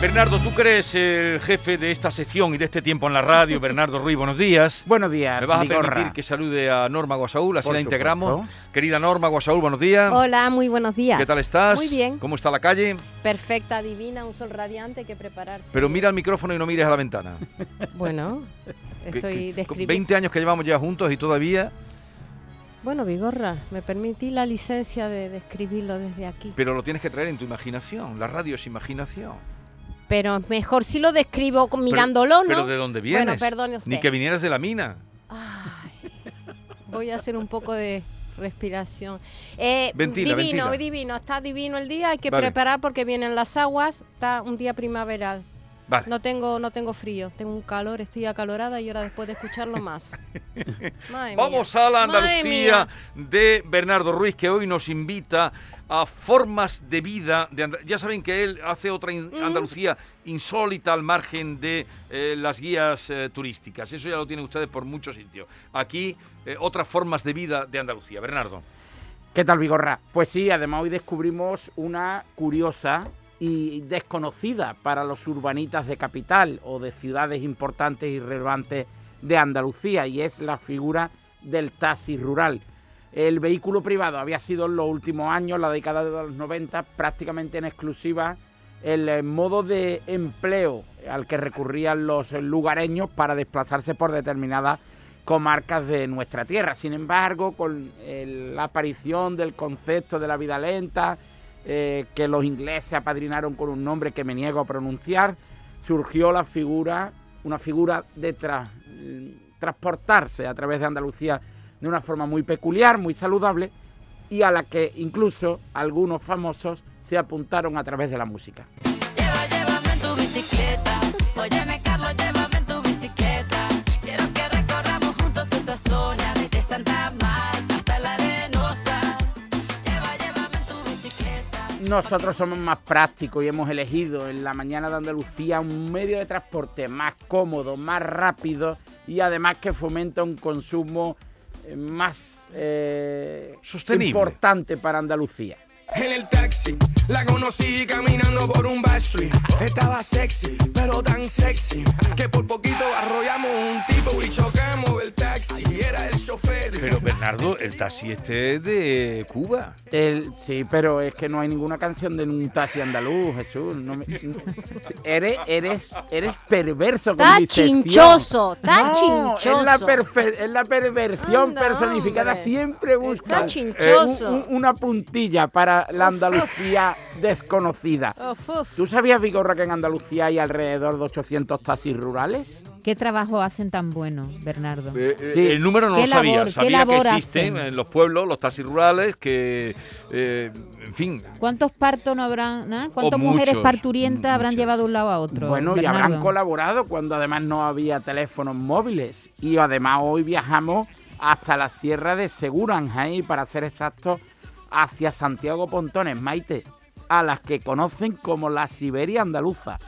Bernardo, tú que eres el jefe de esta sección y de este tiempo en la radio, Bernardo Ruiz, buenos días. Buenos días. Me vas a Vigorra. permitir que salude a Norma Guasaúl, así Por la integramos. supuesto. Querida Norma Guasaúl, buenos días. Hola, muy buenos días. ¿Qué tal estás? Muy bien. ¿Cómo está la calle? Perfecta, divina, un sol radiante hay que prepararse. Pero mira al micrófono y no mires a la ventana. Bueno, Que- estoy que- con describiendo. 20 años que llevamos ya juntos y todavía... Bueno, Vigorra, me permití la licencia de describirlo desde aquí. Pero lo tienes que traer en tu imaginación. La radio es imaginación. Pero mejor si lo describo con- mirándolo, ¿no? Pero ¿de dónde vienes? Bueno, perdone usted. Ni que vinieras de la mina. Ay, voy a hacer un poco de respiración. Eh, Ventila, divino, ventila. divino, está divino el día, hay que Vale. preparar porque vienen las aguas, está un día primaveral. Vale. No tengo, no tengo frío, tengo un calor, estoy acalorada y ahora después de escucharlo más. Madre mía. Vamos a la Madre Andalucía mía. de Bernardo Ruiz, que hoy nos invita a formas de vida. De Anda- ya saben que él hace otra in- Ujú. Andalucía insólita al margen de eh, las guías eh, turísticas. Eso ya lo tienen ustedes por muchos sitios. Aquí, eh, otras formas de vida de Andalucía. Bernardo. ¿Qué tal, Vigorra? Pues sí, además hoy descubrimos una curiosa y desconocida para los urbanitas de capital o de ciudades importantes y relevantes de Andalucía, y es la figura del taxi rural. El vehículo privado había sido en los últimos años, la década de los 90, prácticamente en exclusiva el eh, modo de empleo al que recurrían los eh, lugareños para desplazarse por determinadas comarcas de nuestra tierra. Sin embargo, con eh, la aparición del concepto de la vida lenta, eh, que los ingleses apadrinaron con un nombre que me niego a pronunciar, surgió la figura, una figura de tra- mm, transportarse a través de Andalucía de una forma muy peculiar, muy saludable, y a la que incluso algunos famosos se apuntaron a través de la música. Lleva, llévame en tu bicicleta. Óyeme, Carlos, llévame en tu bicicleta. Quiero que recorramos juntos esa zona, desde Santa Marta hasta la arenosa. Lleva, llévame en tu bicicleta. Nosotros somos más prácticos y hemos elegido en la mañana de Andalucía un medio de transporte más cómodo, más rápido y además que fomenta un consumo eh, más eh, Sostenible. importante para Andalucía. En el taxi, la conocí caminando por un backstreet. Estaba sexy, pero tan sexy que por poquito arrollamos un tipo y chocamos el taxi. Era el chofer. Pero Bernardo, el taxi este es de Cuba. El- sí, pero es que no hay ninguna canción de un taxi andaluz, Jesús. no me- eres, eres, eres perverso. con Está disección. chinchoso, está No, chinchoso. Es la, perfe- es la perversión Anda, personificada. hombre. Siempre busca eh, Está chinchoso. Oh, un- un- una puntilla para la Andalucía desconocida. Uf, uf. ¿Tú sabías, Vigorra, que en Andalucía hay alrededor de 800 taxis rurales? ¿Qué trabajo hacen tan bueno, Bernardo? Sí. Eh, El número no ¿Qué lo sabía. labor- qué sabía que labor existen hacen? en los pueblos los taxis rurales, que, eh, en fin, ¿Cuántos partos no habrán, na? cuántas muchos, mujeres parturientas mm, habrán muchas. llevado de un lado a otro? Bueno, y Bernardo? habrán colaborado cuando además no había teléfonos móviles. Y además hoy viajamos hasta la sierra de Segura, en Jaén, para ser exactos, hacia Santiago Pontones, Maite, a las que conocen como la Siberia andaluza,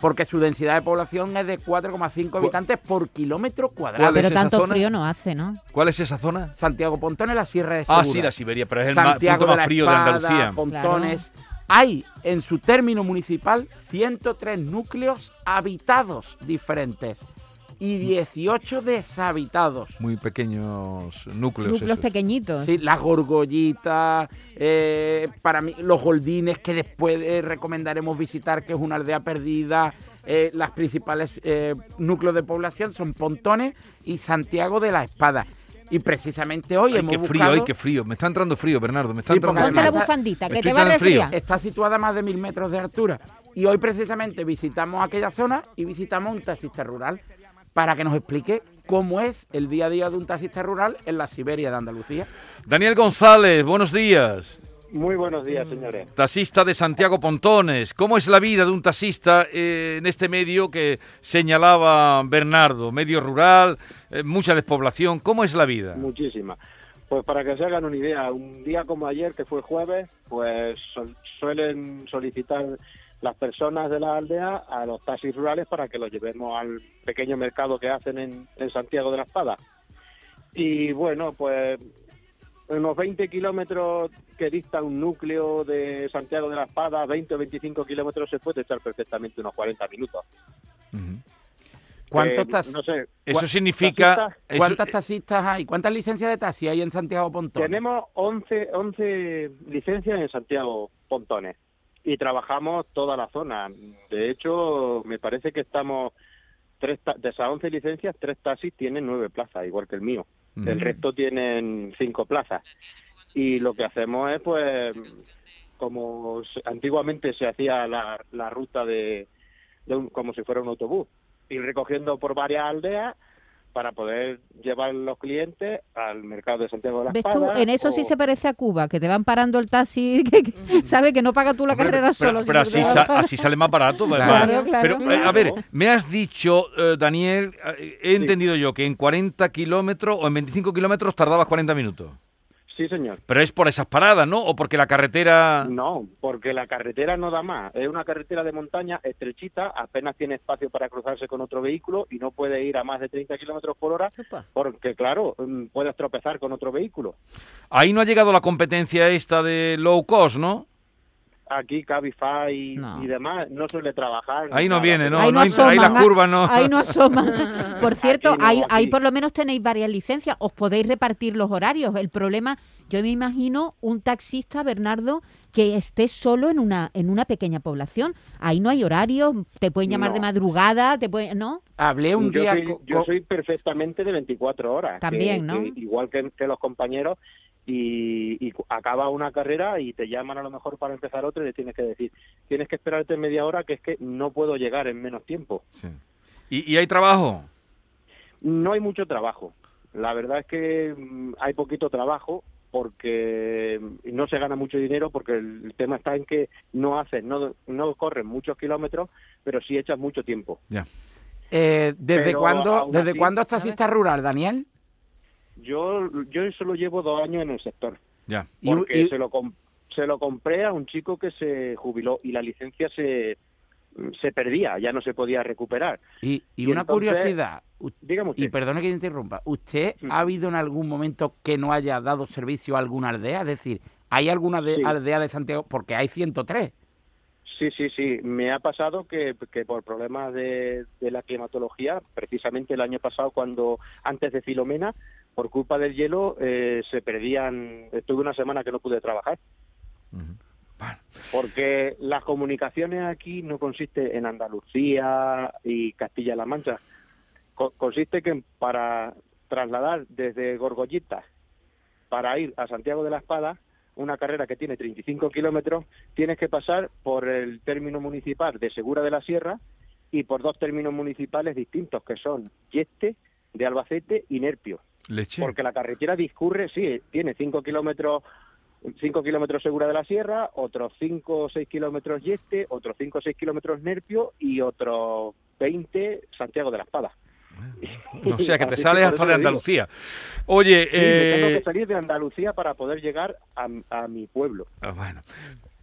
porque su densidad de población es de 4,5 habitantes por kilómetro cuadrado. ¿Cuál es Pero esa tanto zona? frío no hace, ¿no? ¿cuál es esa zona? Santiago Pontones, la sierra de Segura. Ah, sí, la Siberia, pero es el ma- Santiago punto de más la frío Espada, de Andalucía. Pontones. Hay en su término municipal 103 núcleos habitados diferentes y 18 deshabitados. Muy pequeños núcleos. Núcleos esos. pequeñitos. Sí, las gorgollitas, eh, para mí, los goldines que después eh, recomendaremos visitar, que es una aldea perdida. eh, las principales eh, núcleos de población son Pontones y Santiago de la Espada. Y precisamente hoy Ay, hemos qué frío, buscado- ay, qué frío. Me está entrando frío, Bernardo. Me está Sí, entrando porque Ponte la además- frío. bufandita, que Estoy te va a tan frío. resfriar. Está situada a más de mil metros de altura. Y hoy precisamente visitamos aquella zona y visitamos un taxista rural para que nos explique cómo es el día a día de un taxista rural en la Siberia de Andalucía. Daniel González, buenos días. Muy buenos días, señores. Taxista de Santiago Pontones. ¿Cómo es la vida de un taxista eh, en este medio que señalaba Bernardo? Medio rural, eh, mucha despoblación. ¿Cómo es la vida? Muchísimas. Pues para que se hagan una idea, un día como ayer, que fue jueves, pues sol- suelen solicitar las personas de la aldea a los taxis rurales para que los llevemos al pequeño mercado que hacen en, en Santiago de la Espada. Y bueno, pues unos 20 kilómetros que dista un núcleo de Santiago de la Espada, 20 o 25 kilómetros, se puede echar perfectamente unos 40 minutos. Ujú. ¿Cuánto Eh, tas- No sé, Eso ¿Cuá- significa... taxistas? eso- eh, ¿Cuántas taxistas hay? ¿Cuántas licencias de taxi hay en Santiago Pontón? Tenemos 11, 11 licencias en Santiago Pontones y trabajamos toda la zona. De hecho, me parece que estamos, tres ta- de esas 11 licencias, tres taxis tienen nueve plazas, igual que el mío. Ujú. El resto tienen cinco plazas. Y lo que hacemos es, pues, como se- antiguamente se hacía la, la ruta de, de un- como si fuera un autobús, ir recogiendo por varias aldeas para poder llevar los clientes al mercado de Santiago de la ¿Ves tú? Espada. En eso sí o- se parece a Cuba, que te van parando el taxi, que, que- sabes que no paga tú la Hombre, carrera pero- solo. Pero, sino que así, te sa- vas para- así sale más barato. ¿verdad? Claro, claro. Pero, eh, a ver, Claro. me has dicho, eh, Daniel, eh, he entendido yo que en 40 kilómetros o en 25 kilómetros tardabas 40 minutos. Sí, señor. Pero es por esas paradas, ¿no? O porque la carretera... No, porque la carretera no da más. Es una carretera de montaña estrechita, apenas tiene espacio para cruzarse con otro vehículo y no puede ir a más de 30 kilómetros por hora Opa. porque, claro, mm, puedes tropezar con otro vehículo. Ahí no ha llegado la competencia esta de low cost, ¿no? Aquí Cabify y, No. y demás no suele trabajar. ni Ahí no nada, viene, pero- no, Ahí no entra, ahí asoman, las curvas no. Ahí no asoma. Por cierto, Aquí no, ahí, ahí aquí. por lo menos tenéis varias licencias, os podéis repartir los horarios. El problema, yo me imagino un taxista, Bernardo, que esté solo en una, en una pequeña población. Ahí no hay horarios, te pueden llamar de No. madrugada, te pueden, ¿no? Hablé un yo día soy, co- yo co- soy perfectamente de 24 horas. que- También, ¿no? que igual que, que los compañeros. Y, y cu- acaba una carrera y te llaman a lo mejor para empezar otra y le tienes que decir, tienes que esperarte media hora que es que no puedo llegar en menos tiempo. Sí. ¿Y, y hay trabajo? No hay mucho trabajo. La verdad es que mm, hay poquito trabajo porque mm, no se gana mucho dinero porque el el tema está en que no haces, no, no corres muchos kilómetros, pero sí echas mucho tiempo. eh, ¿Desde Pero cuándo aún desde así- cuándo es taxista rural, Daniel? Yo yo solo llevo dos años en el sector Ya. Y- porque y- se, lo com- se lo compré a un chico que se jubiló y la licencia se, mm, se perdía, ya no se podía recuperar. Y, y y una entonces- curiosidad, u- Dígame usted. y perdone que te interrumpa, ¿usted Sí. ha habido en algún momento que no haya dado servicio a alguna aldea? Es decir, ¿hay alguna de, Sí. aldea de Santiago? Porque hay 103. Sí, sí, sí. Me ha pasado que, que por problemas de, de la climatología, precisamente el año pasado, cuando antes de Filomena, por culpa del hielo, eh, se perdían. Estuve una semana que no pude trabajar. Ujú. Porque las comunicaciones aquí no consiste en Andalucía y Castilla-La Mancha. Co- consiste que para trasladar desde Gorgollitas para ir a Santiago de la Espada, una carrera que tiene 35 kilómetros, tienes que pasar por el término municipal de Segura de la Sierra y por dos términos municipales distintos que son Yeste de Albacete y Nerpio Leche. porque la carretera discurre, sí, tiene 5 kilómetros. 5 kilómetros segura de la sierra, otros 5 o 6 kilómetros yeste, otros 5 o 6 kilómetros nerpio y otros 20 Santiago de la Espada. O sea, que te Así sales por hasta eso de le digo. Andalucía. Oye, Sí, me tengo eh, que salir de Andalucía para poder llegar a, a mi pueblo. ah, bueno.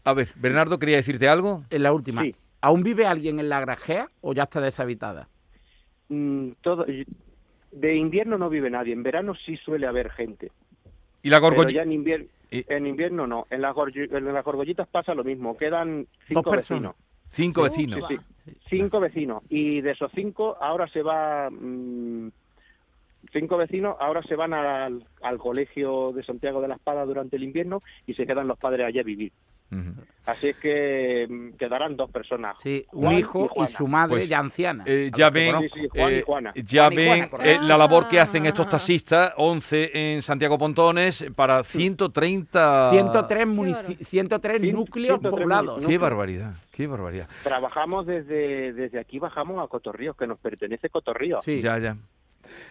A ver, Bernardo, quería decirte algo. En la última. Sí. ¿Aún vive alguien en la grajea o ya está deshabitada? Mm, todo, de invierno no vive nadie, en verano sí suele haber gente. Y la Pero gorgolla. ya en invierno, Y- en invierno no, en las, gorgi- en las gorgollitas pasa lo mismo, quedan Dos 5 personas. vecinos. Cinco vecinos. Sí, sí. Cinco vecinos. Y de esos cinco, ahora se va. mm, cinco vecinos, ahora se van al, al colegio de Santiago de la Espada durante el invierno y se quedan los padres allí a vivir. Ujú. Así es que mm, quedarán dos personas. Sí, un Juan y hijo y, Juana. su madre Pues, ya anciana. Eh, a ya los que ven, conozco. Sí, sí, Juan y eh, Juana. ya Juan y ven Juana, correcto. eh, la labor que hacen estos taxistas, 11 en Santiago Pontones, para 130... 103, Qué munici- 103 Cien- núcleos 103 poblados. Qué barbaridad, qué barbaridad. Trabajamos desde, desde aquí, bajamos a Cotorríos, que nos pertenece Cotorríos. Sí. Ya, ya.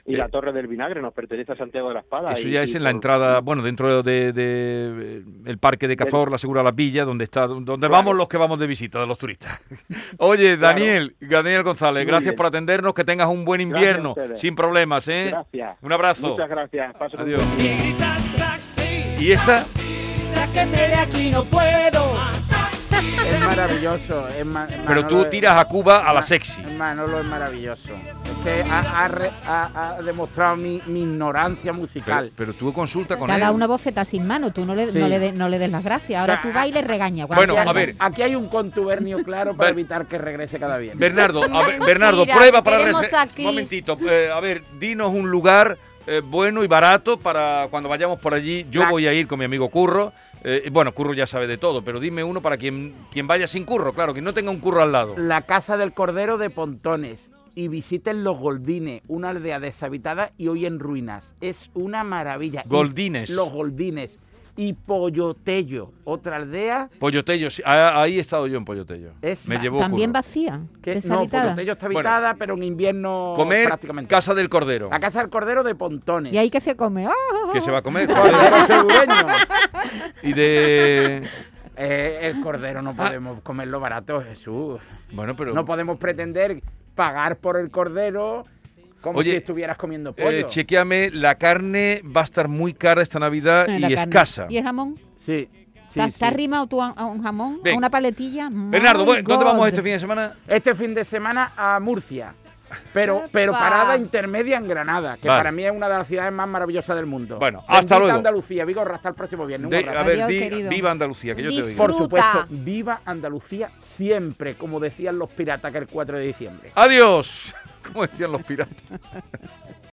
Y Eh, la Torre del Vinagre nos pertenece a Santiago de la Espada. Eso y- ya y es en la por- entrada, bueno, dentro de, de- el parque de Cazor, la Segura Las Villas, donde está, donde Claro. vamos los que vamos de visita, de los turistas. Oye, Claro. Daniel, Daniel González, Muy gracias bien. por atendernos, que tengas un buen Gracias a invierno, ustedes. sin problemas, ¿eh? Gracias. Un abrazo. Muchas gracias. Paso Adiós. Y gritas taxi, Y esta, sáqueme de aquí, no puedo más. Es maravilloso. es ma- Pero tú Manolo- eh, tiras a Cuba a Ah, la Ma- sexy. Manolo es maravilloso. Es que ha, ha re- ha- ha demostrado mi, mi ignorancia Pero, musical. pero tú consulta con Cada él. una bofeta sin mano, tú no le, Sí. no le, de- no le des las gracias. Ahora O sea, tú vas y le regañas. cuando Bueno, a salgas. ver. Aquí hay un contubernio claro para Ver- evitar que regrese cada viernes. Bernardo, a ver, Mentira, Bernardo, que prueba para queremos reservar- aquí. Un momentito, eh, a ver, dinos un lugar eh, bueno y barato para cuando vayamos por allí. Yo La- voy a ir con mi amigo Curro. eh, bueno, Curro ya sabe de todo, pero dime uno para quien, quien vaya sin curro, claro, que no tenga un curro al lado. La Casa del Cordero de Pontones. Y visiten los Goldines, una aldea deshabitada y hoy en ruinas. Es una maravilla. Y Goldines. Los Goldines. Y Pollotello, otra aldea Pollotello, sí, ah, ahí he estado yo en Pollotello. Es- Me llevó También Curro. vacía, que no, deshabitada. Pollotello está habitada, pero en invierno Comer prácticamente. Casa del Cordero, La Casa del Cordero de Pontones. y ahí que se come. ¡Ah! que se va a comer. Cordero segureño. y de... Eh, el cordero no podemos comerlo barato, Jesús. Bueno, pero... No podemos pretender pagar por el cordero como Oye, si estuvieras comiendo pollo. eh, chequeame, la carne va a estar muy cara esta Navidad En y la carne. escasa. ¿Y el jamón? sí, sí, ¿Te, sí. te has arrimado tú a, a un jamón? Ven. ¿A una paletilla? Bernardo, My bueno, ¿dónde vamos God. este fin de semana? Este fin de semana a Murcia. Pero, Epa. pero parada intermedia en Granada, que Vale. para mí es una de las ciudades más maravillosas del mundo. Bueno, Bendita hasta luego. Andalucía, Vigorra, hasta el próximo viernes. un De- abrazo. a ver, Adiós, di- querido. viva Andalucía, que yo te oigo. Por Disfruta. supuesto, viva Andalucía siempre, como decían los piratas que el 4 de diciembre. Adiós, como decían los piratas.